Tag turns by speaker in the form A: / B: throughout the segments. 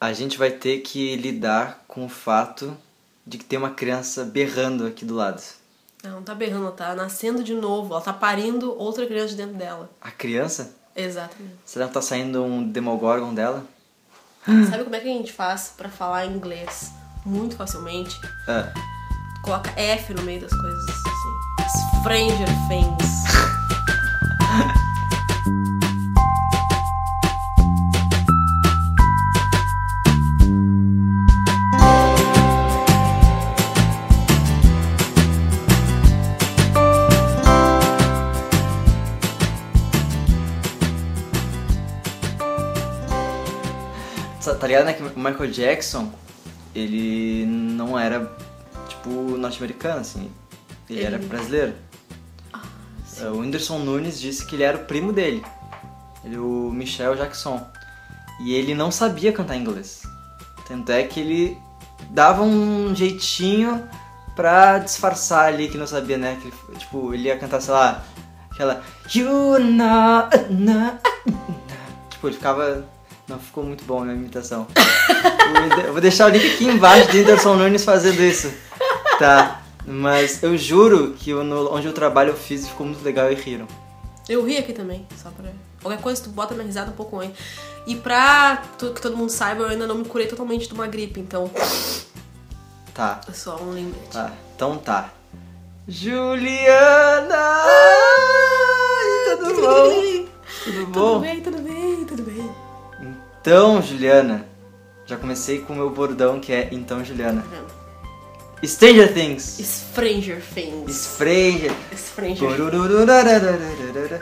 A: a gente vai ter que lidar com o fato de que tem uma criança berrando aqui do lado.
B: Ela não tá berrando, ela tá nascendo de novo, ela tá parindo outra criança dentro dela.
A: A criança?
B: Exatamente.
A: Será que tá saindo um demogorgon dela? Hum.
B: Sabe como é que a gente faz pra falar inglês muito facilmente?
A: Ah,
B: Coloca F no meio das coisas, assim. Stranger Things.
A: tá- tá ligado, né? Que o Michael Jackson, ele não era, tipo, norte-americano, assim. Ele,
B: Ele-
A: era brasileiro. Ah, o Whindersson Nunes disse que ele era o primo dele. Ele, o Michel Jackson. E ele não sabia cantar inglês. Tanto é que ele dava um jeitinho pra disfarçar ali que não sabia, né? Que ele- tipo, ele ia cantar, sei lá, aquela. You na, na, na. Tipo, ele ficava. Não ficou muito bom né, a minha imitação. Eu vou de- eu vou deixar o link aqui embaixo de Whindersson Nunes fazendo isso. Tá. Mas eu juro que eu, no- onde eu trabalho eu fiz e ficou muito legal e riram.
B: Eu ri aqui também, só pra. Qualquer coisa, tu bota minha risada um pouco antes. E pra tu- que todo mundo saiba, eu ainda não me curei totalmente de uma gripe, então
A: Tá.
B: é só um lembrete.
A: Tá, então tá. Juliana! Ah, Tá Tudo bom? Tudo
B: Tudo
A: bom?
B: bem, tudo bem, tudo bem.
A: Então, Juliana. Já comecei com o meu bordão que é Então, Juliana.
B: Tá vendo?
A: Stranger Things!
B: Stranger Things.
A: Stranger.
B: Stranger Things.
A: Tururururararararara.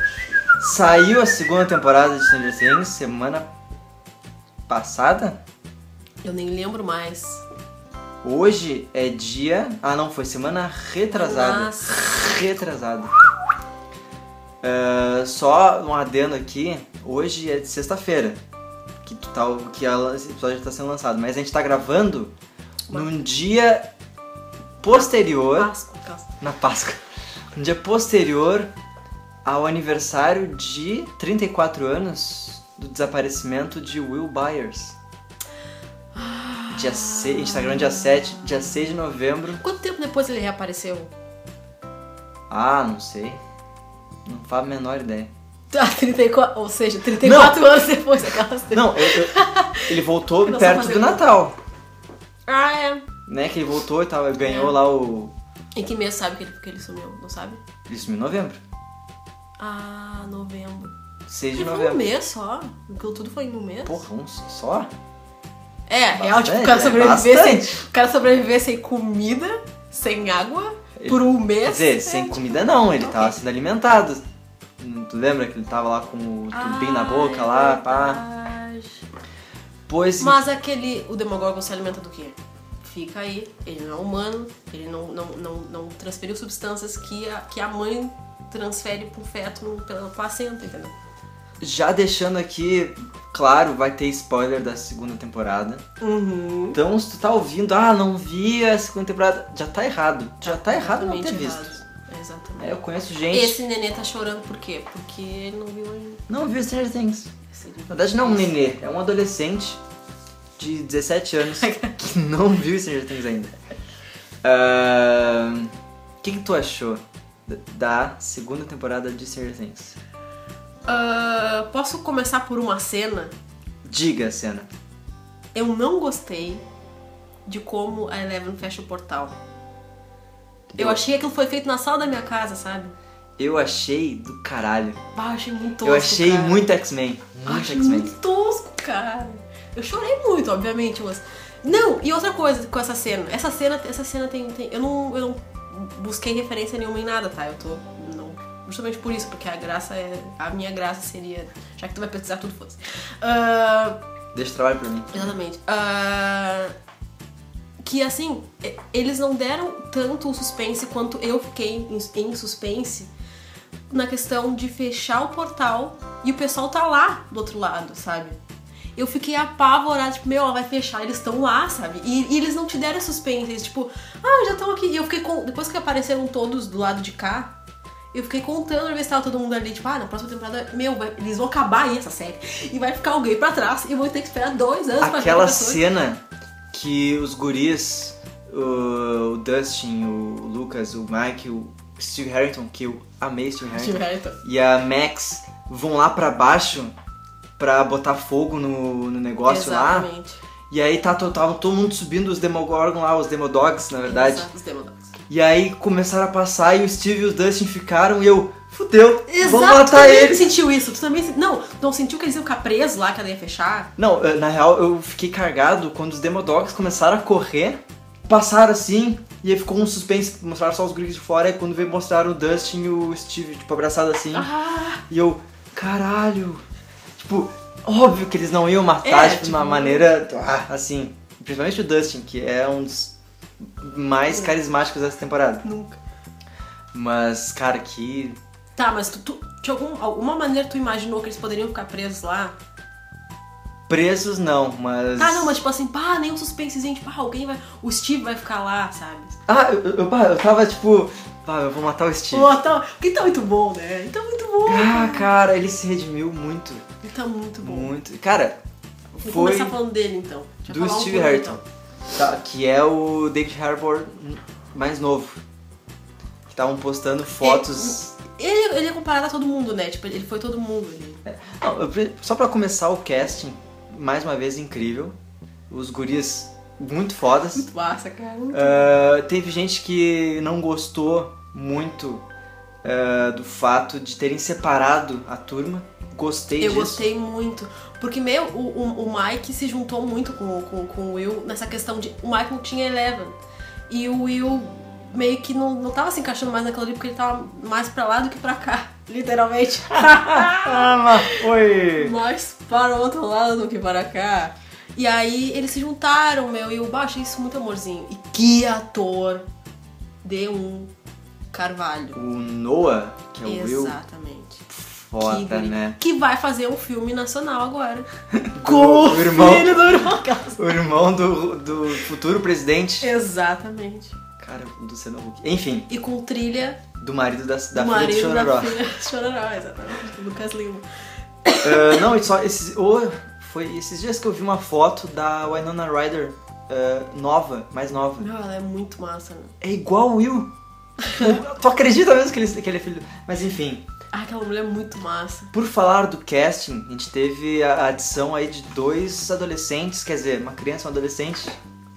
A: Saiu a segunda temporada de Stranger Things semana passada?
B: Eu nem lembro mais.
A: Hoje é dia. Ah, não, foi semana retrasada.
B: Nossa.
A: Retrasada. Ah, só um adendo aqui. Hoje é de sexta-feira. Que, tu tá, que a- esse episódio está sendo lançado. Mas a gente tá gravando num dia posterior.
B: Páscoa, Páscoa.
A: Na Páscoa. Um dia posterior ao aniversário de 34 anos do desaparecimento de Will Byers. Dia 6, Instagram dia 7, dia 6 de novembro.
B: Quanto tempo depois ele reapareceu?
A: Ah, não sei. Não faço a menor ideia.
B: Ah, 34, ou seja, 34 anos depois daquelas
A: Não, eu- eu- ele voltou
B: Nossa,
A: perto
B: mas
A: do
B: eu-
A: Natal.
B: Ah, é.
A: Né, que ele voltou e tal, ele ganhou lá o...
B: Em que mês sabe que ele, que ele sumiu, não sabe?
A: Isso em novembro.
B: Ah, novembro.
A: 6 de
B: Ele foi um
A: novembro.
B: mês só. Aquilo tudo foi em um mês.
A: Porra, um só?
B: É, real, tipo, o
A: Bastante,
B: cara
A: é
B: sobreviver
A: bastante.
B: sem. O cara sobreviver sem comida, sem água, por um mês.
A: Quer dizer,
B: É,
A: sem
B: tipo,
A: comida não, ele
B: ok.
A: tava sendo alimentado. Hum, Tu lembra que ele tava lá com o tubinho na
B: Ah,
A: boca
B: é
A: lá, pá?
B: verdade.
A: Pois
B: Mas aquele. O Demogorgon se alimenta do quê? Fica aí, ele não é humano, ele não, não, não, não transferiu substâncias que a, que a mãe transfere pro feto no- pela placenta, entendeu?
A: já deixando aqui, claro, vai ter spoiler da segunda temporada.
B: Uhum.
A: Então, se tu tá ouvindo, ah, não vi a segunda temporada, já tá errado. Já tá errado não ter visto.
B: Exatamente.
A: É, eu conheço gente.
B: Esse nenê tá chorando por quê? Porque ele não viu ainda.
A: Não viu Stranger Things.
B: Esse-
A: Na verdade, não é um nenê, é um adolescente de 17 anos que não viu Stranger Things ainda. Ahn, O que, que tu achou d- da segunda temporada de Stranger Things?
B: Ah, posso começar por uma cena?
A: Diga, cena.
B: Eu não gostei de como a Eleven fecha o portal. Eu achei que aquilo foi feito na sala da minha casa, sabe?
A: Eu achei do caralho.
B: Bah, eu achei muito tosco.
A: eu achei
B: cara.
A: muito X-Men.
B: Ah,
A: Muito
B: achei
A: X-Men.
B: muito tosco, cara. Eu chorei muito, obviamente, mas. Não, e outra coisa com essa cena. Essa cena, essa cena tem. tem- eu, não, eu não busquei referência nenhuma em nada, tá? Eu tô. Não, justamente por isso, porque a graça é. A minha graça seria. Já que tu vai pesquisar tudo, foda-se. Ah,
A: Deixa o trabalho pra mim.
B: Exatamente. Ah, que assim, e- eles não deram tanto o suspense quanto eu fiquei em, em suspense na questão de fechar o portal e o pessoal tá lá do outro lado, sabe? Eu fiquei apavorada, tipo, meu, ela vai fechar, eles estão lá, sabe? E, e eles não te deram suspense, eles, tipo, ah, já estão aqui. E eu fiquei com. Depois que apareceram todos do lado de cá, Eu fiquei contando pra ver se tava todo mundo ali, tipo, ah, na próxima temporada, meu, vai- eles vão acabar aí essa série. E vai ficar alguém pra trás e eu vou ter que esperar dois anos pra ver
A: Aquela
B: outra coisa.
A: cena que os guris, o, o Dustin, o Lucas, o Mike, o Steve Harrington, que eu amei Steve
B: Steve
A: Harrington,
B: Harrington.
A: e a Max vão lá pra baixo pra botar fogo no, no negócio lá.
B: Exatamente.
A: E aí tá, to- tava todo mundo subindo os Demogorgon lá, os Demodogs, na verdade.
B: Exato, os Demodogs.
A: E aí começaram a passar e o Steve e o Dustin ficaram e eu, fudeu,
B: Exato,
A: vamos
B: tu
A: matar
B: também
A: eles.
B: sentiu isso. Tu também. se- Não, não sentiu que eles iam ficar presos lá, que ela ia fechar?
A: Não, eh, na real eu fiquei cargado quando os Demodogs começaram a correr, passaram assim, e aí ficou um suspense, mostraram só os gringos de fora, e quando veio mostrar o Dustin e o Steve, tipo, abraçado assim,
B: Ah,
A: e eu, caralho, tipo, óbvio que eles não iam matar
B: É,
A: tipo, de uma
B: tipo-
A: maneira, ah, assim, principalmente o Dustin, que é um dos mais carismáticos dessa temporada.
B: nunca.
A: Mas, cara, que...
B: Tá, mas tu, tu- de algum- alguma maneira tu imaginou que eles poderiam ficar presos lá?
A: Presos não, mas...
B: Tá, não, mas tipo assim, pá, nem um suspensezinho, tipo, ah, alguém vai. O Steve vai ficar lá, sabe?
A: Ah, eu, eu, bah, eu tava tipo, ah, eu vou matar o Steve.
B: Pô, tá, porque tá muito bom, né? Ele tá muito bom.
A: Ah, cara, ele se redimiu muito,
B: Ele tá muito bom.
A: muito. Cara,
B: Vou
A: foi
B: começar falando dele então. Deixa eu
A: do
B: falar um
A: Steve
B: pouco,
A: Harrington,
B: então.
A: tá, que é o David Harbour mais novo. Que estavam postando
B: É,
A: fotos.
B: Ele, ele é comparado a todo mundo, né? Tipo, ele foi todo mundo.
A: É.
B: Ele.
A: Não, eu pre- só pra começar o casting, mais uma vez incrível. Os guris muito fodas.
B: Muito massa, cara.
A: Ah, teve gente que não gostou muito ah, do fato de terem separado a turma. Gostei
B: Eu
A: disso.
B: gostei muito. Porque meu, o, o, o Mike se juntou muito com, o- com, com o Will nessa questão de. O Mike não tinha Eleven. E o Will meio que não, não tava se encaixando mais naquilo ali porque ele tava mais pra lá do que pra cá. Literalmente.
A: Ah, mas foi.
B: mais para o outro lado do que para cá. E aí eles se juntaram, meu, e eu bah, achei isso muito amorzinho. E que ator de um
A: O
B: Carvalho.
A: Noah, que é o Will,
B: Exatamente.
A: foda,
B: que, guri-
A: né?
B: que vai fazer um filme nacional agora. Com
A: o irmão.
B: filho do irmão.
A: O irmão do, do futuro
B: É.
A: presidente.
B: Exatamente.
A: Cara, do Luciano Huck. Enfim,
B: E com trilha
A: do marido da, da
B: do
A: filha do
B: marido
A: Chororó.
B: da filha do Chororó, exatamente. do Lucas Lima.
A: Ah, não, e só esses. ô, foi esses dias que eu vi uma foto da Winona Ryder ah, nova, mais nova.
B: Meu, ela é muito massa, né?
A: É igual o Will. tu acredita mesmo que ele, que ele é filho. Mas enfim.
B: Ah, aquela mulher é muito massa.
A: Por falar do casting, a gente teve a a adição aí de dois adolescentes, quer dizer, uma criança e um adolescente.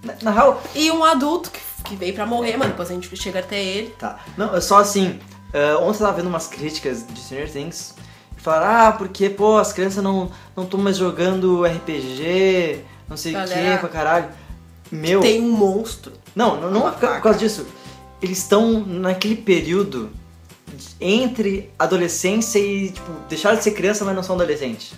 A: Na, na real,
B: E um adulto que, que veio pra morrer, mas depois a gente chega até ele.
A: tá. Não, é só assim, eh, ontem eu tava vendo umas críticas de Stranger Things e falaram, ah, porque, pô, as crianças não não estão mais jogando RPG, não sei o que,
B: Galera,
A: pra caralho. Meu,
B: Tem um monstro.
A: não, não, não é por ca- por causa disso. Eles estão naquele período de- entre adolescência e, tipo, deixar de ser criança, mas não são adolescente.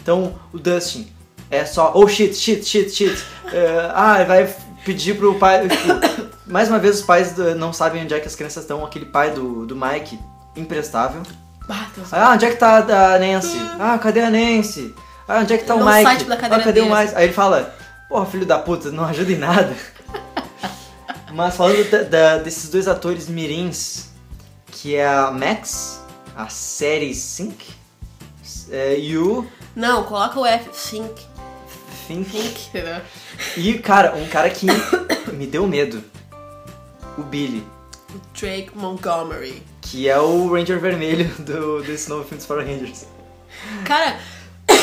A: Então, o Dustin é só, oh shit, shit, shit, shit. Eh, ah, ele vai pedir pro pai. tipo, mais uma vez, os pais do- não sabem onde é que as crianças estão. Aquele pai do, do Mike, imprestável.
B: Ah, Deus.
A: Ah, onde é que tá a Nancy? Ah, cadê a Nancy? Ah, onde é que tá
B: Não
A: o Mike?
B: sai, tipo, da cadeira
A: ah, cadê
B: dele,
A: o Mike? Aí ele fala, porra, filho da puta, não ajuda em nada. Mas falando da- da- desses dois atores mirins, que é a Max, a série Sync, é, e o
B: Não, coloca o F. Think.
A: Fink.
B: Think, entendeu?
A: E, cara, um cara que me deu medo, o Billy,
B: O Drake Montgomery.
A: que é o Ranger Vermelho do, desse novo filme dos Power Rangers.
B: Cara,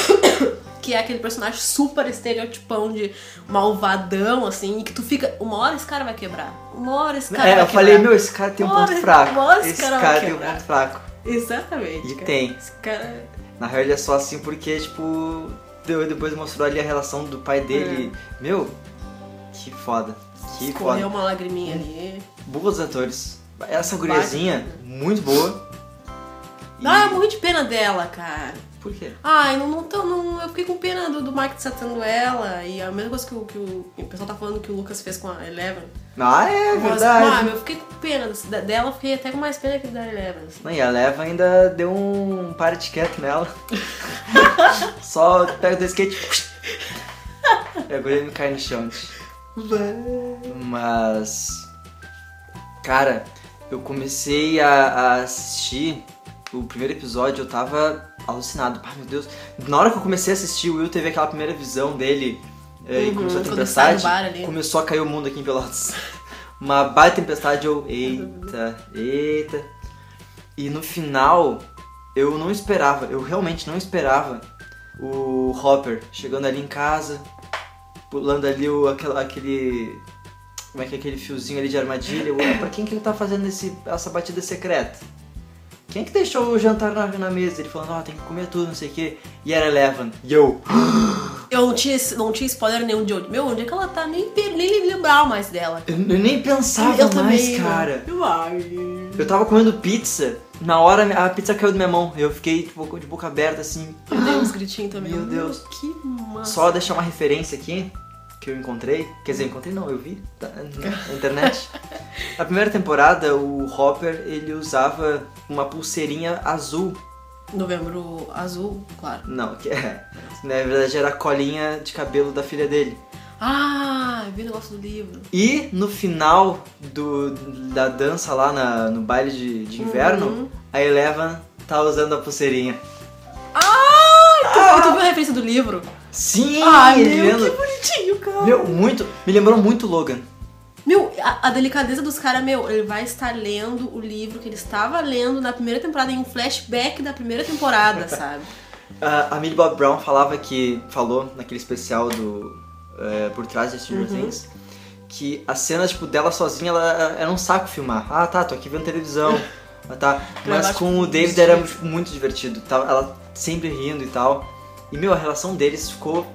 B: que é aquele personagem super estereotipão de malvadão, assim, e que tu fica. Uma hora esse cara vai quebrar. Uma hora esse cara
A: é,
B: vai
A: eu falei,
B: quebrar.
A: meu, esse cara tem um
B: Uma
A: ponto
B: hora-
A: fraco.
B: uma hora esse
A: Esse
B: cara vai
A: cara tem um
B: quebrar.
A: ponto fraco.
B: Exatamente.
A: E
B: cara.
A: tem.
B: Esse cara.
A: Na real ele é só assim porque, tipo, deu- depois mostrou ali a relação do pai dele. Meu, que foda. Que
B: Escorreu
A: foda.
B: uma lagriminha ali.
A: Bons atores. Essa guriazinha,
B: Baita.
A: muito boa. E-
B: Ah, eu morri de pena dela, cara.
A: Por quê?
B: Ai, não, não, tão- não- eu fiquei com pena do, do Mike tratando ela. E a mesma coisa que o, que o, o pessoal tá falando que o Lucas fez com a Eleven.
A: Ah, é
B: Mas,
A: verdade.
B: ah, eu fiquei com pena desse- da- dela, eu fiquei até com mais pena que da Eleven. assim.
A: Não, e a Leva ainda deu um party cat nela. só pega do skate. e a guria me cai no chão. Mas. Cara, eu comecei a, a assistir o primeiro episódio, eu tava alucinado. Pá, meu Deus. Na hora que eu comecei a assistir, o Will teve aquela primeira visão dele eh, e
B: Uhum,
A: começou a
B: quando ele sai do
A: tempestade.
B: bar ali.
A: Começou a cair o mundo aqui em Pelotas. Uma baita tempestade, eu. Eita, eita. E no final, eu não esperava, eu realmente não esperava o Hopper chegando ali em casa, pulando ali o, aquela, aquele. Como é que é aquele fiozinho ali de armadilha? Ué, pra quem que ele tá fazendo esse, essa batida secreta? Quem é que deixou o jantar na, na mesa? Ele falando, ó, tem que comer tudo, não sei o quê. E era Eleven. E eu.
B: Eu não tinha, não tinha spoiler nenhum de onde. Meu, onde é que ela tá? Nem, per- nem lembrava mais dela.
A: Eu nem pensava
B: eu
A: mais,
B: também.
A: cara.
B: Eu, ai.
A: Eu tava comendo pizza, na hora a pizza caiu da minha mão. Eu fiquei de boca, de boca aberta assim.
B: Eu dei uns gritinhos também.
A: Meu Deus.
B: Que massa.
A: Só deixar uma referência aqui que eu encontrei. Quer dizer, encontrei não, eu vi tá, na internet. Na primeira temporada, o Hopper ele usava uma pulseirinha azul.
B: Novembro azul, claro.
A: Não, que é. Na verdade era a colinha de cabelo da filha dele.
B: Ah, eu vi o negócio do livro.
A: E no final do, da dança lá na- no baile de, de inverno,
B: Uhum.
A: a Eleven tá usando a pulseirinha.
B: Ah, tu, tu viu a referência do livro?
A: Sim!
B: Ai,
A: ele
B: meu,
A: lendo-
B: que bonitinho, cara.
A: Meu, muito. Me lembrou muito Logan.
B: Meu, a, a delicadeza dos caras, meu, ele vai estar lendo o livro que ele estava lendo na primeira temporada, em um flashback da primeira temporada, sabe?
A: A a Millie Bob Brown falava que. falou naquele especial do. é, por trás de Stranger Things. Que a cena, tipo, dela sozinha, ela era um saco filmar. Ah, tá, tô aqui vendo televisão. Ah, tá. Mas
B: Gravar,
A: com
B: tipo,
A: o David
B: vestido.
A: era tipo, muito divertido. Tava- Ela sempre rindo e tal. E, meu, a relação deles ficou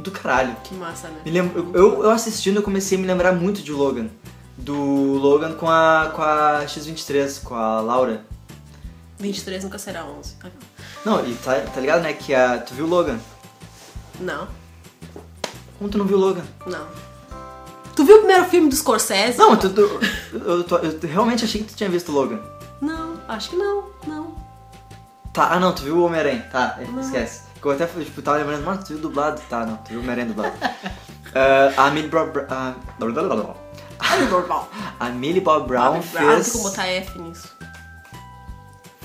A: do caralho.
B: Que massa, né?
A: Me lembro, eu, eu assistindo, eu comecei a me lembrar muito de Logan. Do Logan com a, com a X23, com a Laura.
B: 23 nunca será 11.
A: Não, e tá, tá ligado, né? Que a, tu viu Logan?
B: Não,
A: Como tu não viu Logan?
B: não. Tu viu o primeiro filme do Scorsese?
A: Não, tu, tu- eu, tô- eu realmente achei que tu tinha visto Logan.
B: Não, acho que não, não.
A: Tá, ah não, tu viu o Homem-Aranha. Tá, é,
B: Não.
A: esquece. Eu até fui, tipo, tava lembrando, mas tu viu dublado? Tá, não, tu viu o Homem-Aranha dublado. Ah, a Millie Bob Brown. ah, blá, blá, blá, blá.
B: Olha o normal.
A: A Millie Bob Brown
B: Brown, tem
A: fez.
B: como tá botar F nisso.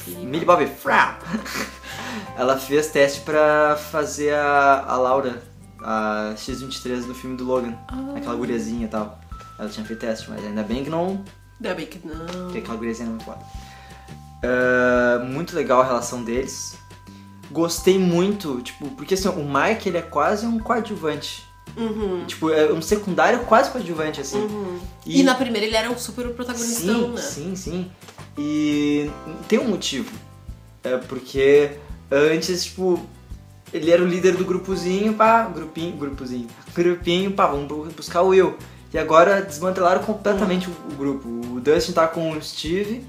A: Millie Bob Brown. Ela fez teste pra fazer a, a Laura, a X23 do filme do Logan.
B: Ah.
A: Aquela guriazinha e tal. Ela tinha feito teste, mas ainda bem que não
B: Ainda bem que não.
A: Porque aquela guriazinha era muito foda. Ah, muito legal a relação deles. Gostei muito, tipo, porque assim, o Mike ele é quase um coadjuvante.
B: Uhum.
A: Tipo, é um secundário quase coadjuvante, assim.
B: Uhum. E... na primeira ele era um super protagonistão,
A: Sim, sim,
B: né?
A: sim. E tem um motivo. É porque antes, tipo, ele era o líder do grupozinho, pá, grupinho, grupozinho, grupinho, pá, vamos bu- buscar o Will. E agora desmantelaram completamente o, o grupo. O Dustin tá com o Steve,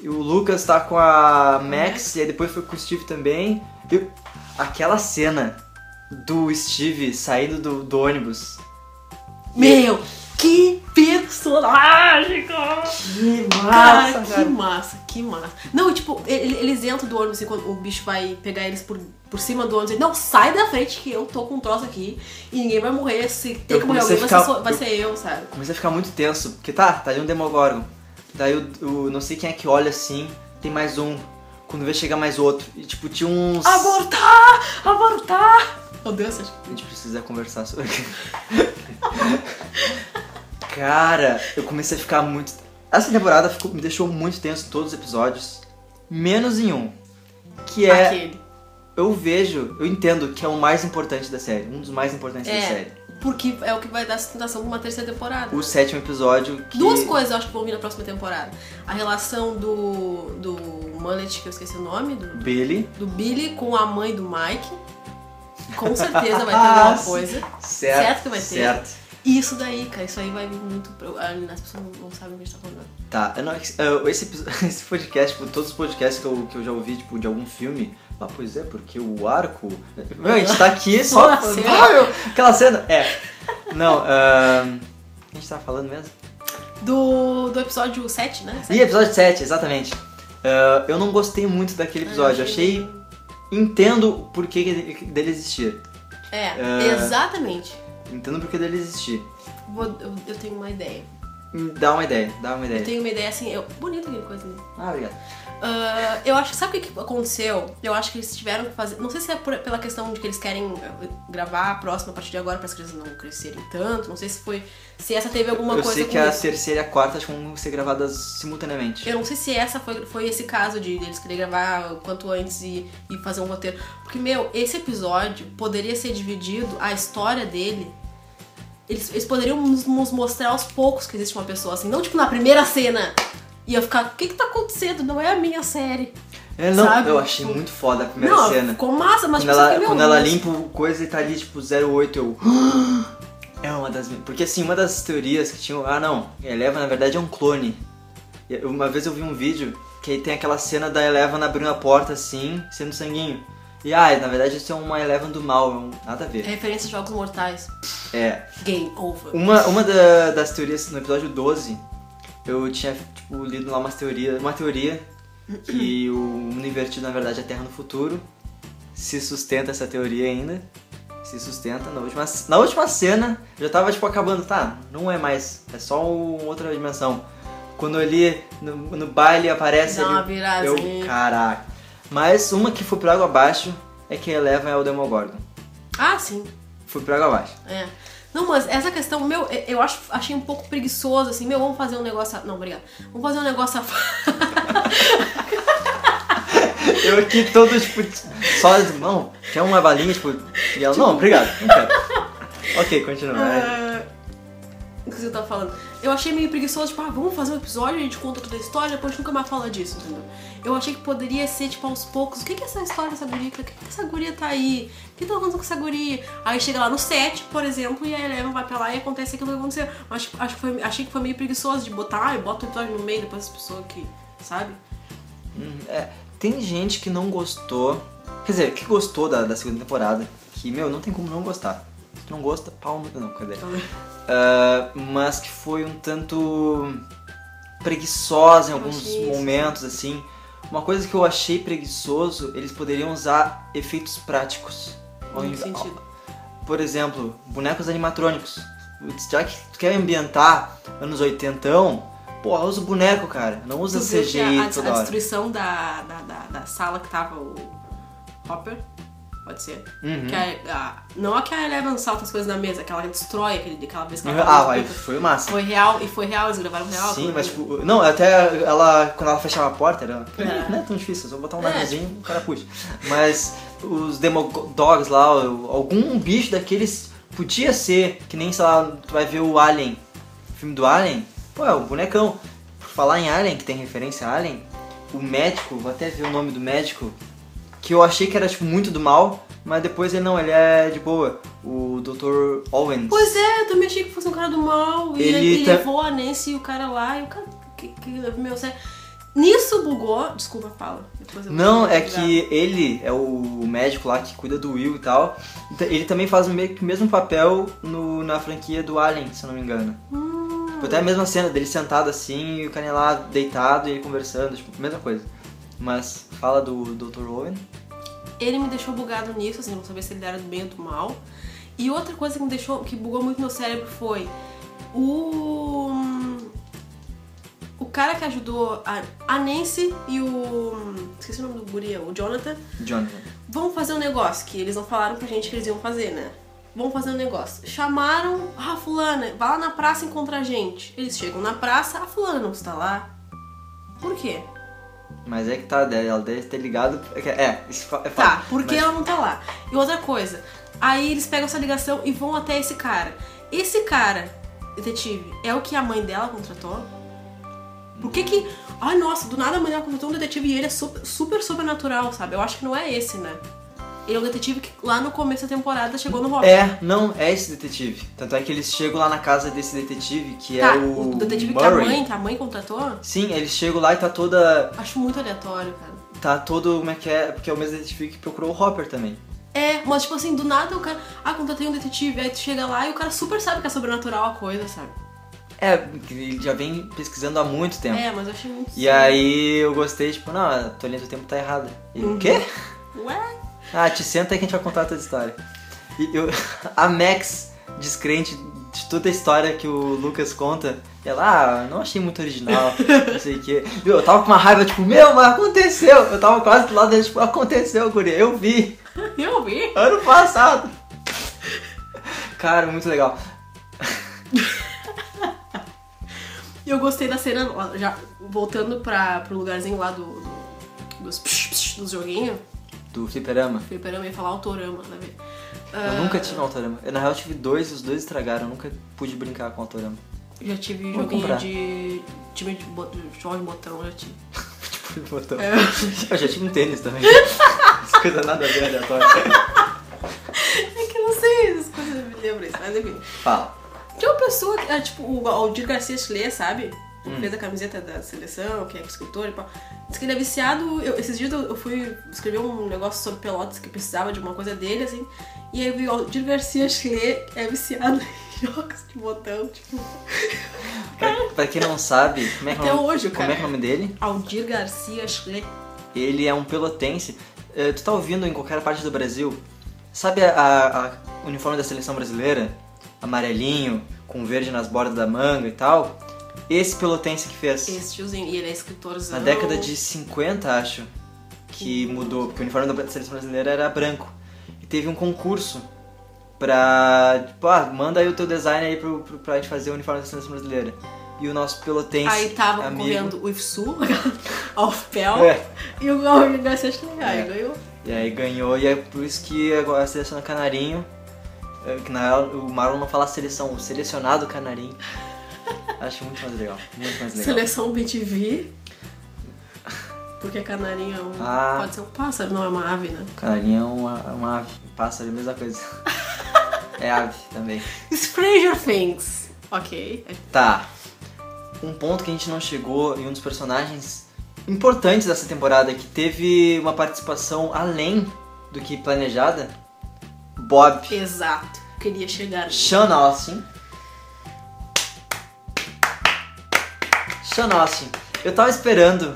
A: e o Lucas tá com a Max, e aí depois foi com o Steve também. E aquela cena do Steve saindo do, do ônibus.
B: Meu, que personagem, cara!
A: Que
B: Cara, que massa, que massa. Não, tipo, ele- eles entram do ônibus enquanto o bicho vai pegar eles por, por cima do ônibus. Ele, não, sai da frente que eu tô com um troço aqui e ninguém vai morrer. Se tem
A: Eu
B: que morrer
A: comecei
B: alguém,
A: a ficar-
B: vai, ser, só- vai
A: eu-
B: ser eu, sabe?
A: comecei a ficar muito tenso, porque tá, tá ali um demogorgon. Daí o, o- não sei quem é que olha assim, tem mais um. Quando vê chegar mais outro. E tipo, tinha uns.
B: Ah, Abortar! Abortar! Meu Deus, acho
A: A gente precisa conversar sobre. Cara, eu comecei a ficar muito. Essa temporada ficou- me deixou muito tenso todos os episódios. Menos em um. Que
B: que
A: é.
B: aquele.
A: Eu vejo, eu entendo que é o mais importante da série. Um dos mais importantes
B: É.
A: da série.
B: Porque é o que vai dar sustentação pra uma terceira temporada.
A: O sétimo episódio. Que...
B: Duas coisas eu acho que vão vir na próxima temporada. A relação do. do Mullet, que eu esqueci o nome, do,
A: Billy.
B: do Billy com a mãe do Mike. Com certeza vai ter alguma coisa.
A: Certo.
B: Certo que vai ter.
A: Certo.
B: E isso daí, cara, isso aí vai muito. pro- As pessoas não- não sabem o que a gente tá falando.
A: Tá, eu não- eu- esse, episo- esse podcast, tipo, todos os podcasts que eu, que eu já ouvi, tipo, de algum filme, ah, pois é, porque o arco. Meu, a gente tá aqui só.
B: Aquela cena.
A: Ah, eu- Aquela cena. É. Não, ahn, o que a gente tava falando mesmo?
B: Do, do episódio 7, né?
A: E episódio 7, exatamente. Ah, eu não gostei muito daquele
B: Ah,
A: episódio, achei. Entendo o porquê que ele- dele existir.
B: É,
A: É.
B: exatamente.
A: Entendo o porquê dele existir. Hum,
B: Vou- eu, eu tenho uma ideia.
A: Dá uma ideia, dá uma ideia.
B: Eu tenho uma ideia assim, eu... bonito aquele coisa ali.
A: Ah, obrigado.
B: Ah, eu acho, sabe o que que aconteceu? Eu acho que eles tiveram que fazer. Não sei se é por- pela questão de que eles querem eh, gravar a próxima a partir de agora para as crianças não crescerem tanto. Não sei se foi. Se essa teve alguma
A: eu
B: coisa
A: sei
B: com
A: que a
B: isso.
A: terceira e a quarta acho que vão ser gravadas simultaneamente.
B: Eu não sei se essa foi, foi esse caso de eles querer gravar o quanto antes e, e fazer um roteiro. Porque, meu, esse episódio poderia ser dividido, a história dele. Eles, eles poderiam nos nos mostrar aos poucos que existe uma pessoa assim, não tipo na primeira cena. E eu ficar, o que que tá acontecendo? Não é a minha série.
A: É, não,
B: sabe?
A: eu achei muito foda a primeira
B: não,
A: cena.
B: ficou massa, mas
A: quando
B: tipo,
A: ela,
B: assim, meu,
A: quando ela
B: mas-
A: limpa o coisa e tá ali, tipo, 08, eu. É uma das. mi- Porque assim, uma das teorias que tinham. Ah, não, Eleva na verdade é um clone. E Uma vez eu vi um vídeo que aí tem aquela cena da Eleven abrindo a porta assim, sendo sanguinho. E ah, na verdade isso é uma Eleven do mal, é um- nada a
B: É
A: ver.
B: referência a Jogos Mortais.
A: É,
B: Game over.
A: uma, uma da- das teorias no episódio 12, eu tinha tipo, lido lá umas teoria, uma teoria que o mundo invertido na verdade é a Terra no futuro. Se sustenta essa teoria ainda. Se sustenta na última, na última cena, já tava tipo acabando, tá? Não é mais, é só um- outra dimensão. Quando ele no, no baile aparece
B: Dá uma
A: ele-
B: viradinha.
A: é eu, caraca. Mas uma que foi pra água abaixo é que eleva é o Demogorgon.
B: Ah, sim.
A: Foi pra água abaixo.
B: É. Não, mas essa questão, meu, eu acho, achei um pouco preguiçoso, assim, meu, vamos fazer um negócio. a- Não, obrigada. Vamos fazer um negócio. a-
A: Eu aqui todo, tipo, só, não, quer uma balinha, tipo, e ela, não, obrigado, não quero. ok, continua. vai.
B: Ah, O que você tá falando? Eu achei meio preguiçoso, tipo, ah, vamos fazer um episódio, a gente conta toda a história, depois a gente nunca mais fala disso, entendeu? Eu achei que poderia ser, tipo, aos poucos, o que que é essa história dessa guria? O que que essa guria tá aí? O que tá acontecendo com essa guria? Aí chega lá no set, por exemplo, e a Eleven vai pra lá e acontece aquilo que aconteceu. Acho, acho que foi, achei que foi meio preguiçoso de botar, ah, e bota o episódio no meio, depois as pessoas que, sabe?
A: Hum, é, tem gente que não gostou, quer dizer, que gostou da, da segunda temporada, que, meu, não tem como não gostar. Se tu não gosta, pau no... Não, cadê?
B: Então,
A: Ah, mas que foi um tanto preguiçosa em
B: Eu
A: alguns
B: achei isso.
A: momentos, assim. Uma coisa que eu achei preguiçoso, eles poderiam usar efeitos práticos. Ao
B: Em que
A: inv-
B: sentido?
A: Por exemplo, bonecos animatrônicos. Já que tu quer ambientar anos 80, porra, usa o boneco, cara. Não usa
B: Tu viu que
A: CGI
B: a, a,
A: toda
B: a
A: hora.
B: destruição da, da, da, da sala que tava o Hopper, pode ser.
A: Uhum.
B: Que a, a- não a que a Eleven salta as coisas na mesa, aquela que ela destrói aquele, aquela vez que ela
A: Ah,
B: tava-
A: vai, foi massa.
B: Foi real, e foi real, eles gravaram real.
A: Sim,
B: tudo
A: mas
B: bem.
A: tipo, não, até ela, quando ela fechava a porta, era.
B: É.
A: Não é tão difícil, só botar um
B: É.
A: narizinho e o cara puxa. Mas os Demodogs lá, o- algum bicho daqueles podia ser, que nem, sei lá, tu vai ver o Alien, o filme do Alien, pô, é o bonecão. Por falar em Alien, que tem referência a Alien, o médico, vou até ver o nome do médico, que eu achei que era tipo muito do mal, mas depois ele não, ele é de boa. O Dr. Owens.
B: Pois é, eu também achei que fosse um cara do mal. E
A: Ele
B: ele,
A: tá-
B: levou a Nancy e o cara lá, e o cara. Que, que, meu, sério. Nisso bugou. Desculpa, fala. Depois eu vou
A: Não, é
B: pegar.
A: que ele é o médico lá que cuida do Will e tal. Então, Ele também faz meio que o mesmo papel no- na franquia do Alien, se eu não me engano.
B: Hum,
A: Tipo, até a mesma cena dele sentado assim e o carinha lá deitado e ele conversando, tipo, mesma coisa. Mas fala do Dr. Owen.
B: ele me deixou bugado nisso, assim, não sabia se ele era do bem ou do mal. E outra coisa que me deixou, que bugou muito meu cérebro foi o. O cara que ajudou a, a Nancy e o. Esqueci o nome do guria, o Jonathan.
A: Jonathan.
B: Vamos fazer um negócio, que eles não falaram pra gente que eles iam fazer, né? Vamos fazer um negócio. Chamaram, ah, fulana, vai lá na praça encontrar a gente. Eles chegam na praça, a fulana não está lá. Por quê?
A: Mas é que tá, deve- ela deve ter ligado. é que- É, isso fa- é
B: Tá,
A: fato.
B: por que
A: Mas-
B: ela não tá lá? E outra coisa, aí eles pegam essa ligação e vão até esse cara. Esse cara, detetive, é o que a mãe dela contratou? Por que que... Ai, nossa, do nada a mãe dela contratou um detetive e ele é super, super sobrenatural, sabe? Eu acho que não é esse, né? Ele é o detetive que lá no começo da temporada chegou no Rock.
A: É, não, é esse detetive. Tanto é que eles chegam lá na casa desse detetive, que
B: tá,
A: é o.
B: detetive que a
A: Murray.
B: mãe, que a mãe contratou?
A: Sim, eles chegam lá e tá toda.
B: Acho muito aleatório, cara.
A: Tá todo, como é que é? Porque é o mesmo detetive que procurou o Hopper também.
B: É, mas tipo assim, do nada o cara... Ah, contratei um detetive. Aí tu chega lá e o cara super sabe que é sobrenatural a coisa, sabe?
A: É, porque ele já vem pesquisando há muito tempo.
B: É, mas eu achei muito...
A: E aí eu gostei, tipo, não, a tua linha do tempo tá errada. E o
B: Uhum.
A: quê?
B: Ué?
A: Ah, te senta aí que a gente vai contar a tua história. E eu, a Max, descrente de de toda a história que o Lucas conta, ela, ah, não achei muito original, não sei o quê. Eu tava com uma raiva, tipo, meu, mas aconteceu. Eu tava quase do lado dele, tipo, aconteceu, guria, eu vi,
B: Eu vi.
A: ano passado. Cara, muito legal.
B: Eu gostei da cena, ó, já voltando pra, pro lugarzinho lá do, do- dos, psh, psh, dos joguinhos.
A: Do fliperama.
B: Fliperama ia falar autorama, né? velho?
A: Eu
B: Ah,
A: nunca tive um autorama. Eu, na real, tive dois, os dois estragaram. Eu nunca pude brincar com autorama.
B: Já tive
A: Vou
B: joguinho
A: comprar.
B: de. Time de, bo- de futebol de botão, já tive.
A: Tipo, botão.
B: É.
A: Eu já tive um tênis também. Isso coisa nada a ver né, aleatória.
B: É que eu não sei, essas coisas me lembram isso, mas enfim.
A: Fala.
B: Tinha uma pessoa, que, ah, tipo, o Aldir Garcia Chile, sabe? Que
A: Hum.
B: fez a camiseta da seleção, que é escritor e tal. Diz que ele é viciado. eu- esses dias eu, eu fui escrever um negócio sobre Pelotas que precisava de uma coisa dele, assim. E aí eu vi o Aldir Garcia Chile é viciado em jogos de botão, tipo.
A: Pra, pra quem não sabe, como é que, é o
B: Até
A: nome-
B: hoje,
A: como é, que é
B: cara.
A: o nome dele?
B: Aldir Ah, Garcia Chile.
A: Ele é um pelotense. Eh, tu tá ouvindo em qualquer parte do Brasil? Sabe a, a- a uniforme da seleção brasileira? Amarelinho, com verde nas bordas da manga e tal? Esse pelotense que fez.
B: Esse tiozinho. E ele é escritor
A: Na década de 50, acho, que mudou, porque o uniforme da seleção brasileira era branco. E teve um concurso pra. Tipo, ah, manda aí o teu design aí pro, pro, pra gente fazer o uniforme da seleção brasileira. E o nosso pelotense.
B: Aí então? tava
A: amigo,
B: correndo o IFSU, a UFPEL
A: É.
B: e o Aldir Garcia Chile. Aí
A: É.
B: ganhou.
A: E aí ganhou, e é por isso que agora a seleção do Canarinho. é, Que na real o Marlon não fala seleção, o selecionado Canarinho. Acho muito mais legal. Muito mais legal.
B: Seleção BTV. Porque canarinho é um.
A: Ah.
B: Pode ser um pássaro, não é uma ave, né?
A: Canarinho é uma, é uma ave. Pássaro é a mesma coisa. É ave também.
B: Stranger Things. Ok. é
A: Tá. Um ponto que a gente não chegou e um dos personagens importantes dessa temporada que teve uma participação além do que planejada, Bob.
B: Exato. Queria chegar.
A: Sean Austin. Sean Austin. assim. Eu tava esperando.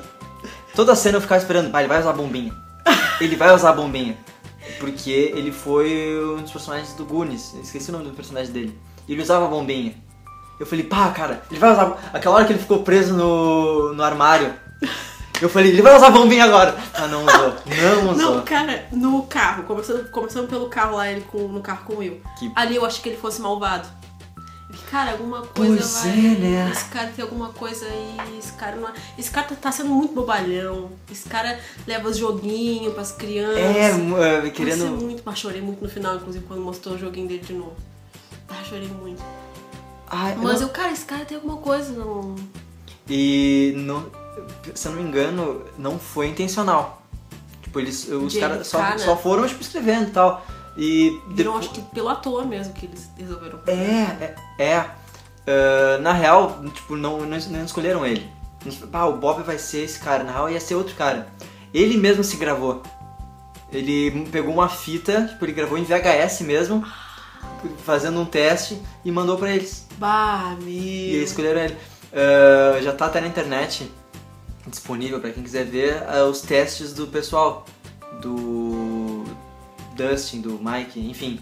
A: Toda cena eu ficava esperando. Ah, ele vai usar a bombinha. Ele vai usar a bombinha. Porque ele foi um dos personagens do Goonies. Eu esqueci o nome do personagem dele. E Ele usava a bombinha. Eu falei, pá, cara, ele vai usar. a bo- Aquela hora que ele ficou preso no, no armário. Eu falei, ele vai usar a bombinha agora. Ah, não usou. Não usou.
B: Não, cara, no carro, começando, começando pelo carro lá, ele com, no carro com o Will.
A: Que-
B: Ali eu achei que ele fosse malvado. Ele, Cara, alguma coisa
A: Pois
B: vai.
A: é, né?
B: Esse cara tem alguma coisa aí. Esse cara não. é- Esse cara tá, tá sendo muito bobalhão. Esse cara leva os joguinhos pras crianças.
A: É, mu- é,
B: Querendo...
A: querendo.
B: muito, mas chorei muito no final, inclusive, quando mostrou o joguinho dele de novo. Ah, chorei muito.
A: Ai, É, não-
B: Mas eu, cara, esse cara tem alguma coisa, não.
A: E não- se eu não me engano, não foi intencional. Tipo, eles, os
B: De
A: caras só,
B: educar, né?
A: só foram tipo, escrevendo e tal. E
B: Viram,
A: depois-
B: acho que pelo ator mesmo que eles resolveram.
A: É, é. é. Ah, na real, tipo, não, não, não escolheram ele. Ah, o Bob vai ser esse cara. Na real, ia ser outro cara. Ele mesmo se gravou. Ele pegou uma fita, tipo, ele gravou em VHS mesmo, fazendo um teste e mandou pra eles.
B: Bah,
A: E eles
B: meu.
A: escolheram ele. Ah, já tá até na internet disponível pra quem quiser ver ah, os testes do pessoal. Do Dustin, do Mike, enfim.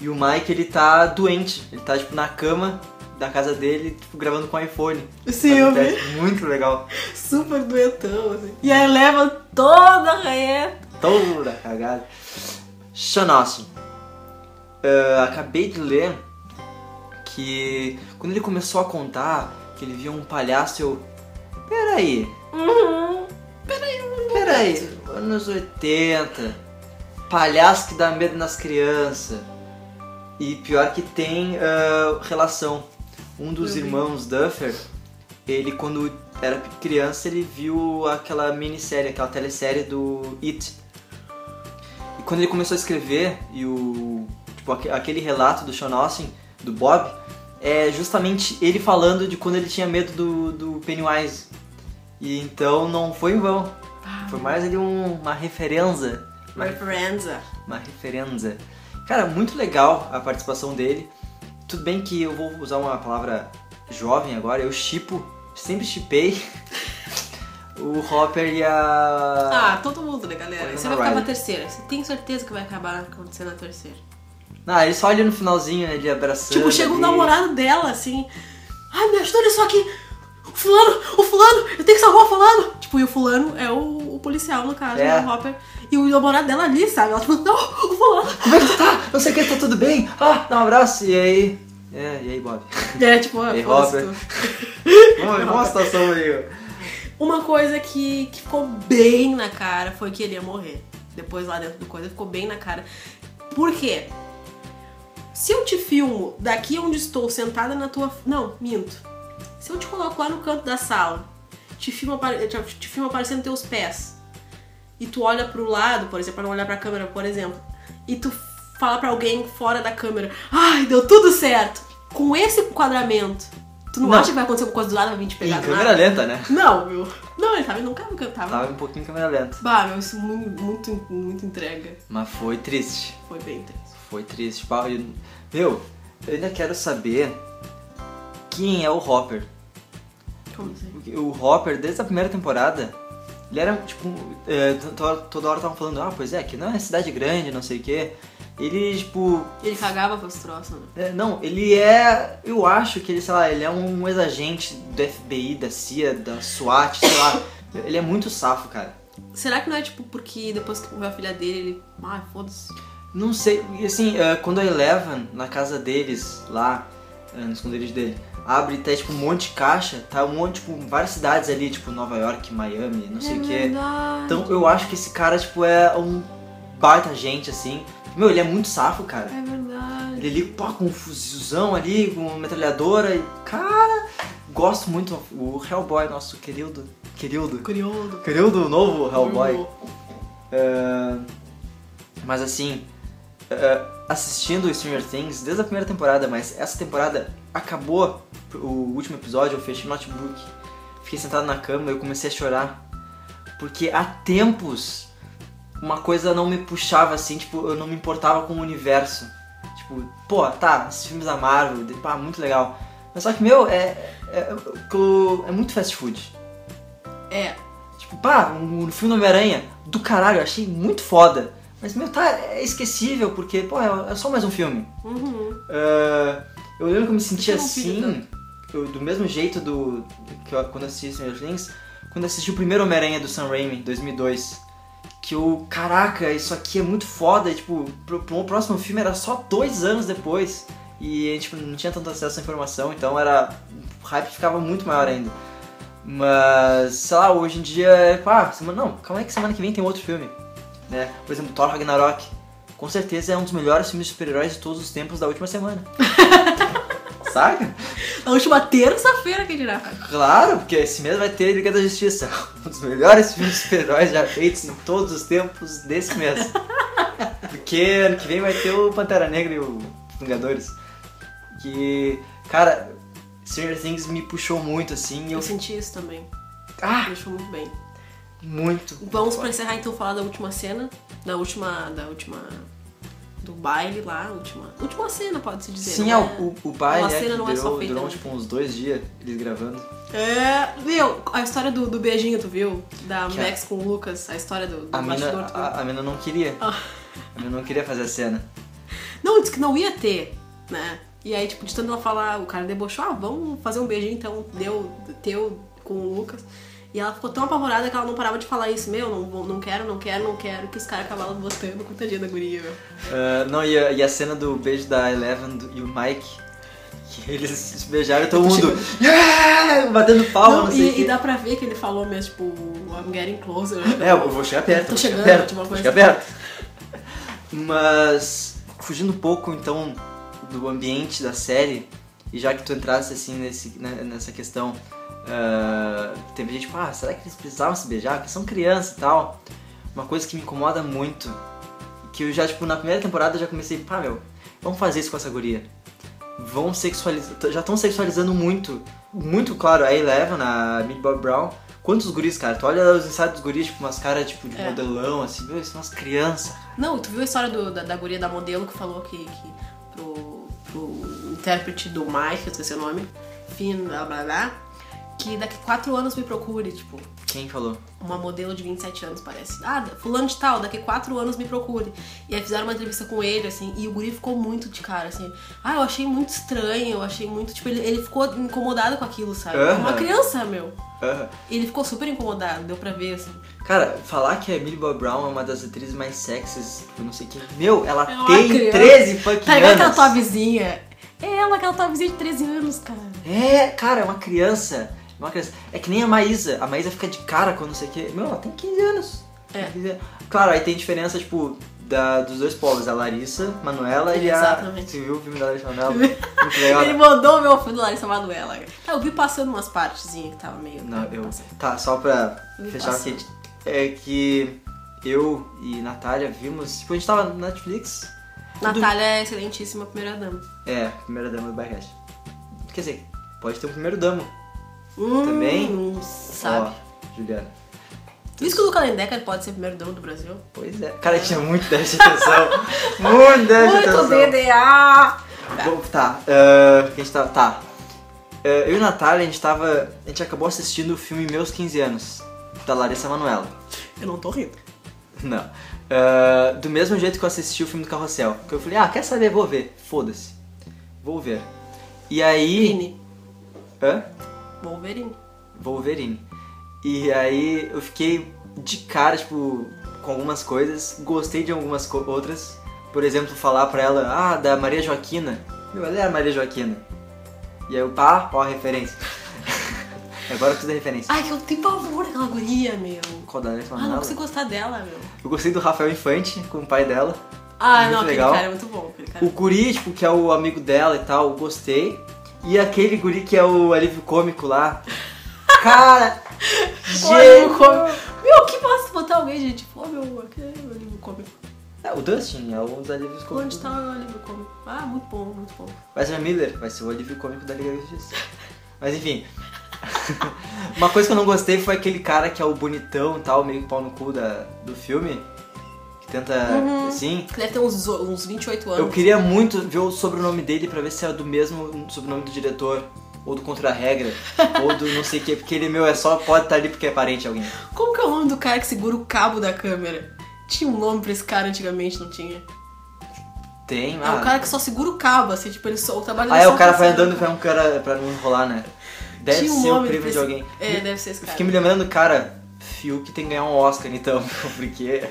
A: E o Mike ele tá doente, ele tá tipo na cama da casa dele, tipo, gravando com o iPhone.
B: Sim, eu
A: Fazendo
B: vi.
A: teste. Muito legal.
B: Super doentão, assim. E aí leva toda a raia.
A: Toda cagada. Shanosso. Ah, acabei de ler que quando ele começou a contar que ele via um palhaço, eu. Peraí.
B: Uhum.
A: Peraí, anos 80, palhaço que dá medo nas crianças. E pior que tem ah, relação. Um dos
B: Eu vi.
A: irmãos Duffer, ele quando era criança, ele viu aquela minissérie, aquela telesérie do It. E quando ele começou a escrever, e o. Tipo, aque- aquele relato do Sean Austin, do Bob, é justamente ele falando de quando ele tinha medo do, do Pennywise. E então não foi em vão.
B: Ah.
A: Foi mais ali um- uma referenza. Uma,
B: Referenza.
A: uma referenza. Cara, muito legal a participação dele. Tudo bem que eu vou usar uma palavra jovem agora, eu chipo, sempre chipei o Hopper e a.
B: Ah, todo mundo, né, galera?
A: Winona
B: Você vai ficar
A: Ryder.
B: na terceira. Você tem certeza que vai acabar acontecendo na terceira.
A: Ah, ele só olha no finalzinho, ele abraçando.
B: Tipo, chega o
A: ali.
B: namorado dela, assim. Ai, me ajuda, olha só aqui. O fulano, o fulano, eu tenho que salvar o fulano. Tipo, e o fulano é o, o policial, no caso,
A: É.
B: né, o Hopper. E o namorado dela ali, sabe? Ela tipo, não, o fulano.
A: Como é que tu tá? Não sei o que, tá tudo bem? Ah, dá um abraço. E aí? É, e aí, Bob?
B: É, tipo, ah,
A: E aí,
B: foda-se
A: Hopper?
B: tu.
A: Vamos uma situação aí, ó.
B: Uma coisa que, que ficou bem na cara foi que ele ia morrer. Depois lá dentro do coisa ficou bem na cara. Por quê? Se eu te filmo daqui onde estou, sentada na tua. Não, minto. Se eu te coloco lá no canto da sala, te filmo, apare- te te filmo aparecendo teus pés, e tu olha pro lado, por exemplo, pra não olhar pra câmera, por exemplo, e tu fala pra alguém fora da câmera: Ai, deu tudo certo! Com esse quadramento, tu não,
A: Não.
B: acha que vai acontecer alguma coisa do lado vai vir te pegar
A: Em
B: do
A: câmera
B: Tá nada?
A: lenta, né?
B: Não, meu. Não, ele tava, ele nunca cantava.
A: Tava um pouquinho em câmera lenta.
B: Bah, meu, isso muito, muito, muito entrega.
A: Mas foi triste.
B: Foi bem tenso.
A: Foi triste. Pá, eu- Meu, eu ainda quero saber quem é o Hopper.
B: Como assim?
A: Porque O Hopper, desde a primeira temporada, ele era tipo. é, to- to- toda hora estavam falando, ah, pois é, que não é cidade grande, não sei o quê. Ele, tipo.
B: Ele cagava pros troços, né?
A: é, não, ele é. Eu acho que ele, sei lá, ele é um ex-agente do FBI, da CIA, da SWAT, sei lá. Ele é muito safo, cara.
B: Será que não é tipo porque depois que morreu a filha dele, ele. Ai, foda-se.
A: Não sei, e assim, eh, quando a Eleven, na casa deles, lá, eh, no esconderijo dele, abre e tá tipo um monte de caixa, tá um monte, tipo, várias cidades ali, tipo Nova York, Miami,
B: É
A: não sei o que. Então eu acho que esse cara, tipo, é um baita gente, assim. Meu, ele é muito safo, cara.
B: É verdade.
A: Ele ali, pá, com um fuzilzão ali, com uma metralhadora e. Cara, gosto muito. O Hellboy, nosso querido. Querido.
B: Curioso.
A: Querido novo Hellboy.
B: Curioso.
A: Mas assim, eh, assistindo Stranger Things desde a primeira temporada, mas essa temporada acabou o último episódio, eu fechei o notebook, fiquei sentado na cama e eu comecei a chorar. Porque há tempos uma coisa não me puxava assim, tipo, eu não me importava com o universo. Tipo, pô, tá, esses filmes da Marvel, de- pá, muito legal. Mas só que, meu, é, é, é- é muito fast food.
B: É.
A: Tipo, pá, o um filme do Homem-Aranha, do caralho, eu achei muito foda. Mas, meu, tá, é esquecível, porque, pô, é, é só mais um filme.
B: Uhum.
A: Ah, eu lembro que eu me senti
B: Eu não
A: assim,
B: fiz
A: eu- do mesmo jeito do que eu, quando eu assisti Stranger Things, quando eu assisti o primeiro Homem-Aranha do Sam Raimi, 2002. Que eu, caraca, isso aqui é muito foda. E, tipo, pro, pro próximo filme era só dois anos depois. E, tipo, não tinha tanto acesso à informação, então era... O hype ficava muito maior ainda. Mas, sei lá, hoje em dia é, pá, semana, não, calma aí que semana que vem tem um outro filme, né? Por exemplo, Thor Ragnarok, com certeza é um dos melhores filmes de super-heróis de todos os tempos da última semana. Saca?
B: A última terça-feira que dirá.
A: Claro, porque esse mês vai ter Liga da Justiça, um dos melhores filmes de super-heróis já feitos em todos os tempos desse mês. Porque ano que vem vai ter o Pantera Negra e o Vingadores. Que, cara, Stranger Things me puxou muito, assim, e eu...
B: Eu senti isso também.
A: Ah,
B: Me Deixou muito bem.
A: muito.
B: Vamos pra encerrar então falar da última cena. Da última. Da última. Do baile lá, última. Última cena, pode-se dizer.
A: Sim, é,
B: não
A: o, o baile
B: Uma
A: é que
B: cena não é só
A: durou,
B: feita,
A: durou,
B: né?
A: tipo uns dois dias eles gravando.
B: É, meu, a história do, do beijinho, tu viu? Da
A: Que
B: Max com o Lucas, a história do, do
A: A mina,
B: bastidor. tu viu?
A: a, a mina não queria.
B: Ah.
A: A mina não queria fazer a cena.
B: Não, disse que não ia ter, né? E aí, tipo, de tanto ela falar, o cara debochou, ah, vamos fazer um beijinho então, deu, teu com o Lucas. E ela ficou tão apavorada que ela não parava de falar isso, meu, não, vou- não quero, não quero, não quero, que os caras acabaram botando, coitadinha da guria, meu.
A: Ah, não, e a, e a cena do beijo da Eleven do- e o Mike, que eles se beijaram e todo
B: Eu tô
A: mundo "Yeah!" batendo palma, não,
B: Não,
A: sei o
B: e,
A: quê.
B: e dá pra ver que ele falou mesmo, tipo, I'm getting closer.
A: É, eu vou chegar perto.
B: Tô
A: vou chegar
B: chegando,
A: perto,
B: tipo uma
A: vou
B: coisa
A: chegar perto. Mas, fugindo um pouco então do ambiente da série, e já que tu entrasse assim nesse, né, nessa questão, ah, teve gente tipo, ah, será que eles precisavam se beijar? Porque são crianças e tal. Uma coisa que me incomoda muito, que eu já, tipo, na primeira temporada eu já comecei, pá, meu, vamos fazer isso com essa guria. Vão sexualizar, já estão sexualizando muito, muito claro, a Eleven, a Millie Bob Brown. Quantos guris, cara? Tu olha os ensaios dos guris, tipo, umas caras, tipo, de
B: É.
A: modelão, assim, meu, isso são umas crianças.
B: Não, tu viu a história do- da, da guria da modelo que falou que, que pro, pro intérprete do Mike, eu esqueci o nome, Finn, blá blá blá, que daqui quatro anos me procure, tipo,
A: Quem falou?
B: uma modelo de 27 anos, parece. Ah, fulano de tal, daqui quatro anos me procure. E aí fizeram uma entrevista com ele, assim, e o guri ficou muito de cara, assim. Ah, eu achei muito estranho, eu achei muito, tipo, ele, ele ficou incomodado com aquilo, sabe? É Uma
A: Aham.
B: criança, meu.
A: Aham.
B: Ele ficou super incomodado, deu pra ver, assim.
A: Cara, falar que a Millie Bob Brown é uma das atrizes mais sexys, eu não sei quem. Meu, ela
B: É uma
A: tem
B: criança.
A: 13 fucking
B: Tá ligado aquela
A: anos.
B: tua vizinha? É ela, aquela tua vizinha de 13 anos, cara.
A: É, cara, é uma criança. É uma criança. É que nem a Maísa. A Maísa fica de cara com não sei o quê. Meu, ela tem 15 anos.
B: É.
A: Tem 15 anos. Claro, aí tem diferença, tipo, da, dos dois povos, a Larissa, Manuela e a.
B: Exatamente.
A: Você viu o filme da Larissa Manoela? Muito legal. né?
B: Ele mandou meu filho Larissa Manuela. Tá, eu vi passando umas partezinhas que tava meio.
A: Não,
B: tava
A: eu.
B: passando.
A: Tá, só pra
B: Me
A: fechar
B: passa.
A: aqui. É que eu e Natália vimos. Tipo, a gente tava na Netflix.
B: Natália é excelentíssima primeira dama.
A: É, primeira dama do Barcast. Quer dizer, pode ter um primeiro damo.
B: Hum,
A: Também?
B: Sabe?
A: Ó, Juliana.
B: Por isso que o Luca Lendecker pode ser primeiro dama do Brasil.
A: Pois é. Cara, tinha muito déficit de atenção. muito déficit de atenção.
B: Muito DDA!
A: Bom, tá. ah, a gente tá. tá. Ah, eu e a Natália, a gente tava. A gente acabou assistindo o filme Meus 15 Anos, da Larissa Manoela.
B: Eu não tô rindo.
A: Não. Ah, do mesmo jeito que eu assisti o filme do Carrossel. Que eu falei, ah, quer saber? Vou ver. Foda-se. Vou ver. E aí.
B: Vini.
A: Hã?
B: Wolverine.
A: Wolverine. E aí eu fiquei de cara, tipo, com algumas coisas, gostei de algumas co- outras. Por exemplo, falar pra ela, ah, da Maria Joaquina. Meu, ela é a Maria Joaquina. E aí eu, pá, ó a referência. Agora eu preciso da referência.
B: Ai, que eu tenho pavor daquela guria, meu.
A: Qual da Alex
B: Ah, não
A: Manoela?
B: consigo gostar dela, meu.
A: Eu gostei do Rafael Infante com o pai dela.
B: Ah,
A: Muito
B: não, aquele
A: legal.
B: cara é muito bom. Aquele cara.
A: O guri, tipo, que é o amigo dela e tal, eu gostei. E aquele guri que é o alívio cômico lá. Cara!
B: alívio
A: gente.
B: cômico. Meu, que bosta botar alguém, gente. Pô, meu, aquele é meu livro cômico.
A: É, o Dustin é um dos alívios cômicos.
B: Onde tá o meu livro cômico? Ah, muito bom, muito bom.
A: Ezra é Miller vai ser o alívio cômico da Liga da Justiça. Mas enfim. Uma coisa que eu não gostei foi aquele cara que é o bonitão e tal, meio pau no cu da, do filme. Que tenta,
B: Uhum.
A: assim.
B: Que deve ter uns, dezo- uns 28
A: Eu
B: anos.
A: queria muito ver o sobrenome dele pra ver se era do mesmo sobrenome do diretor. Ou do contra-regra. ou do não sei o que. Porque ele, meu, é só pode estar ali porque é parente de alguém.
B: Como que é o nome do cara que segura o cabo da câmera? Tinha um nome pra esse cara antigamente, não tinha?
A: Tem,
B: É o
A: ah.
B: cara que só segura o cabo, assim, tipo, ele só, o trabalho
A: Aí
B: dele
A: o
B: só
A: cara
B: tá
A: vai
B: segurando
A: andando pra um cara pra não enrolar, né? Deve
B: Tinha um
A: ser o
B: nome
A: primo
B: pra
A: de
B: esse-
A: alguém.
B: É, deve ser esse
A: Eu
B: cara.
A: Fiquei me lembrando, cara, Fiuk tem que ganhar um Oscar, então, porque.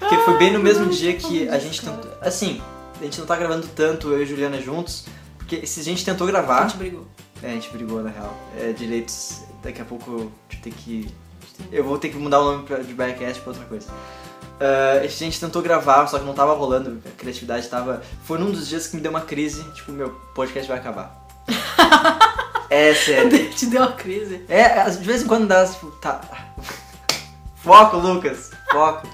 A: Porque foi bem no
B: Ai,
A: mesmo
B: não,
A: dia
B: tô
A: que
B: falando
A: a
B: disso,
A: gente
B: cara.
A: tentou. Assim, a gente não tá gravando tanto, eu e Juliana juntos, porque se a gente tentou
B: A
A: gravar.
B: gente brigou.
A: É, a gente brigou na real. É, direitos. Daqui a pouco eu tenho que.
B: A gente tem-
A: Eu vou ter que mudar o nome pra, de Biacast pra outra coisa. Ah, a gente tentou gravar, só que não tava rolando, a criatividade tava. Foi num dos dias que me deu uma crise, tipo, meu, podcast vai acabar. é sério.
B: Te deu uma crise.
A: É, às- de vez em quando dá, tipo, tá. Foco, Lucas, foco.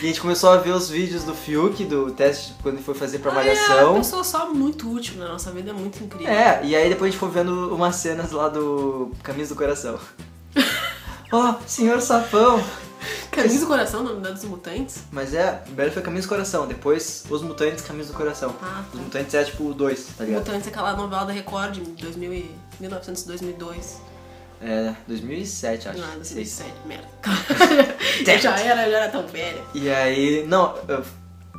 A: E a gente começou a ver os vídeos do Fiuk, do teste quando ele foi fazer pra
B: É uma
A: avaliação.
B: pessoa só muito útil na nossa vida, é muito incrível.
A: É, e aí depois a gente foi vendo umas cenas lá do Camisa do Coração. Ó, senhor Sapão!
B: Camisa do Coração, na unidade dos mutantes.
A: Mas é, primeiro foi Camisa do Coração, depois Os Mutantes, Camisa do Coração.
B: Ah,
A: Os
B: tá.
A: Mutantes é tipo o 2, tá ligado?
B: Mutantes é aquela novela da Record de 2000 e... 1900 2002.
A: É, 2007, acho.
B: Nada,
A: Sei.
B: 2007, merda. eu já era, eu já era tão velha.
A: E aí, não, eu-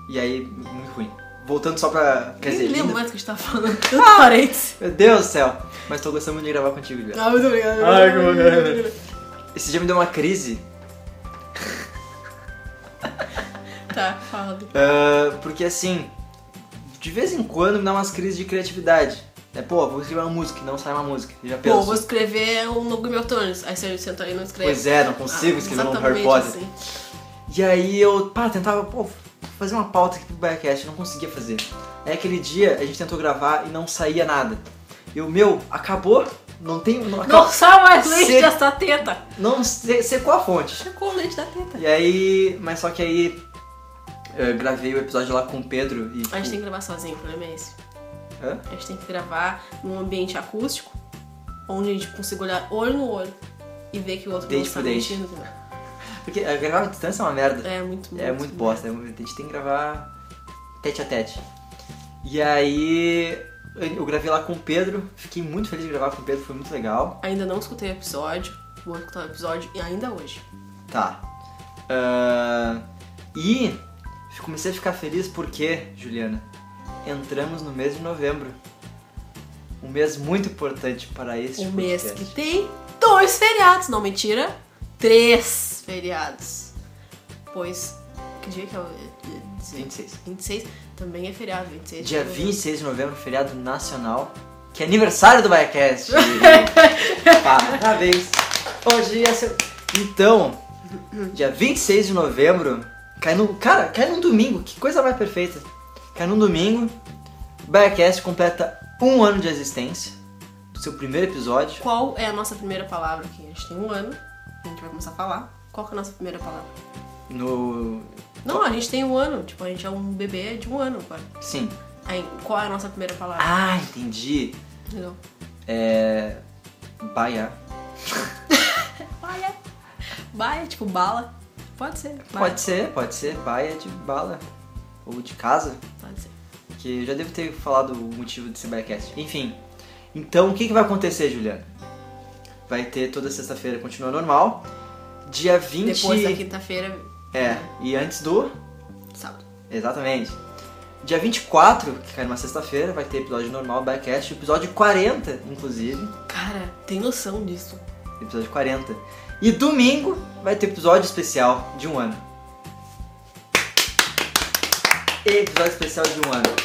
A: e aí, muito ruim. Voltando só pra. Quer dizer,
B: Nem lembro
A: linda- Ah!
B: mais o que a gente tá falando. Tanto parênteses.
A: Meu Deus do céu! Mas tô gostando muito de gravar contigo, Guilherme.
B: Ah, muito obrigada.
A: Ai, que né? bacana. Esse dia me deu uma crise,
B: Tá, fala. do-
A: ah, porque assim, de vez em quando me dá umas crises de criatividade. É, pô, vou escrever uma música, e não sai uma música. Eu já penso.
B: Pô, vou escrever um novo Game of Thrones. Aí você senta aí e não escreve.
A: Pois é, não consigo
B: Ah,
A: escrever um
B: exatamente
A: Harry Potter.
B: assim.
A: E aí eu, pá, tentava, pô, fazer uma pauta aqui pro Biacast, não conseguia fazer. Aí aquele dia a gente tentou gravar e não saía nada. E o meu, acabou, não tem. Não,
B: Não sai mais leite
A: Se-
B: dessa teta.
A: não se- secou a fonte.
B: Checou o leite da teta.
A: E aí, mas só que aí eu gravei o episódio lá com o Pedro e. tipo,
B: A gente tem que gravar sozinho, o problema é esse.
A: Hã?
B: A gente tem que gravar num ambiente acústico, onde a gente consiga olhar olho no olho e ver que o outro
A: Dente
B: moço tá
A: por dente.
B: mentindo.
A: Porque eh, gravar à distância é uma merda.
B: É muito, muito.
A: É, muito bosta. é muito- A gente tem que gravar tete a tete. E aí. Eu gravei lá com o Pedro, fiquei muito feliz de gravar com o Pedro, foi muito legal.
B: Ainda não escutei o episódio, vou escutar o episódio e ainda hoje.
A: Tá. Ah, e comecei a ficar feliz porque, Juliana, entramos no mês de novembro. Um mês muito importante para este
B: um mês
A: podcast.
B: que tem dois feriados, não mentira, três feriados. Pois, que dia que é o. é 26?
A: 26.
B: 26 também é feriado, 26.
A: Dia 26 de novembro, feriado nacional, que é aniversário do BaiaCast. Parabéns. Hoje é seu... Então, dia 26 de novembro, cai no... Cara, cai num domingo, que coisa mais perfeita. Cai num domingo, o BaiaCast completa um ano de existência, do seu primeiro episódio.
B: Qual é a nossa primeira palavra aqui? A gente tem um ano, a gente vai começar a falar. Qual que é a nossa primeira palavra?
A: No...
B: Não, a gente tem um ano, tipo, a gente é um bebê de um ano agora.
A: Sim.
B: Aí, qual é a nossa primeira palavra?
A: Ah, entendi.
B: Entendeu?
A: É... Baia.
B: Baia. Baia, tipo bala. Pode ser. baia.
A: Pode ser, pode ser. Baia de bala. Ou de casa.
B: Pode ser.
A: Que eu já devo ter falado o motivo desse backcast. Enfim. Então, o que, que vai acontecer, Juliana? Vai ter toda sexta-feira, continua normal. Dia 20...
B: Depois da quinta-feira,
A: É, e antes do...
B: sábado.
A: Exatamente. Dia 24, que cai numa sexta-feira, vai ter episódio normal, backcast. Episódio 40, inclusive.
B: Cara, tem noção disso.
A: Episódio 40. E domingo vai ter episódio especial de um ano. Episódio especial de um ano.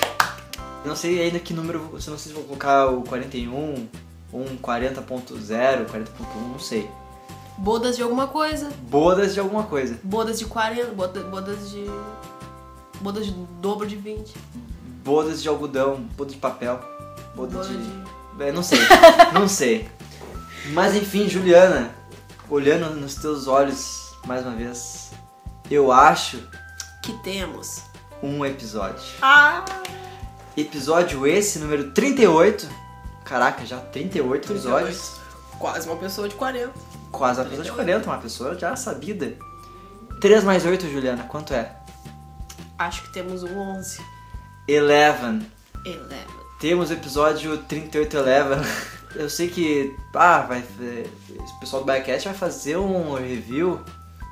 A: Eu não sei ainda que número, se não sei se vou colocar o 41, um 40.0, 40.1, não sei.
B: Bodas de alguma coisa.
A: Bodas de alguma coisa.
B: Bodas de 40, boda- bodas de. Bodas de dobro de 20.
A: Bodas de algodão, bodas de papel, bodas
B: Boda
A: de...
B: de-
A: É, não sei, não sei. Mas enfim, Juliana, olhando nos teus olhos mais uma vez, eu acho
B: Que temos.
A: um episódio.
B: Ah!
A: Episódio esse, número 38. Caraca, já 38 episódios.
B: Quase uma pessoa de 40.
A: Quase uma pessoa de 40, uma pessoa já sabida. 3 mais 8, Juliana, quanto é?
B: Acho que temos um 11.
A: Eleven.
B: Eleven.
A: Temos o episódio 38 Eleven. Eu sei que. Ah, vai. O pessoal do Biocast vai fazer um review.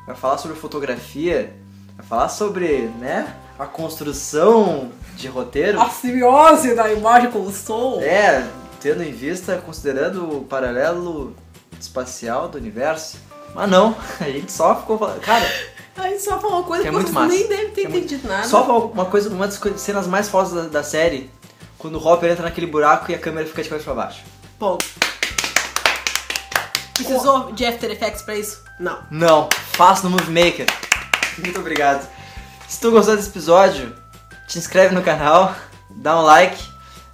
A: Vai falar sobre fotografia. Vai falar sobre, né? A construção de roteiro.
B: A simbiose da imagem com o som.
A: É, tendo em vista, considerando o paralelo espacial do universo. Mas não, a gente só ficou falando. Cara,
B: A gente só falou uma coisa
A: É
B: que,
A: muito
B: vocês
A: massa.
B: nem devem ter
A: É muito-
B: entendido nada.
A: só falou uma coisa, uma das co- cenas mais fodas da, da série, quando o Hopper entra naquele buraco e a câmera fica de cabeça pra baixo.
B: Bom. Precisou de After Effects pra isso? Não.
A: Não, faça no Movie Maker. Muito obrigado. Se tu gostou desse episódio, te inscreve no canal, dá um like,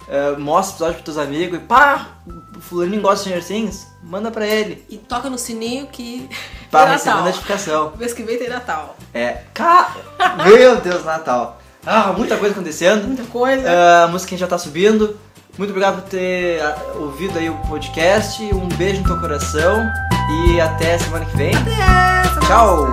A: eh, mostra o episódio pros teus amigos e pá! O fulaninho gosta de Stranger Things? Manda pra ele.
B: E toca no sininho que.
A: Pra
B: é
A: receber
B: Natal.
A: notificação.
B: Mês que vem tem Natal.
A: É. Ca... Meu Deus, Natal! Ah, muita coisa acontecendo.
B: Muita coisa.
A: Ah, a música já tá subindo. Muito obrigado por ter ah, ouvido aí o podcast. Um beijo no teu coração e até semana que vem. Tchau!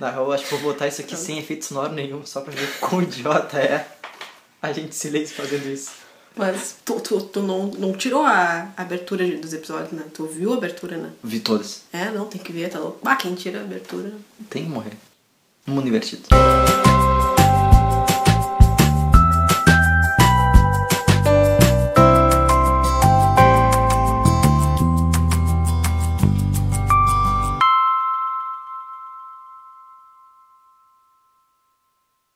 A: Na real, eu acho que vou botar isso aqui sem efeito sonoro nenhum, só pra ver quão idiota é a gente em silêncio fazendo isso.
B: Mas tu, tu, tu não, não tirou a abertura de- dos episódios, né? Tu viu a abertura, né?
A: Vi todas.
B: É, não, tem que ver, tá louco. Ah, quem tira a abertura
A: Tem que morrer. Um mundo invertido.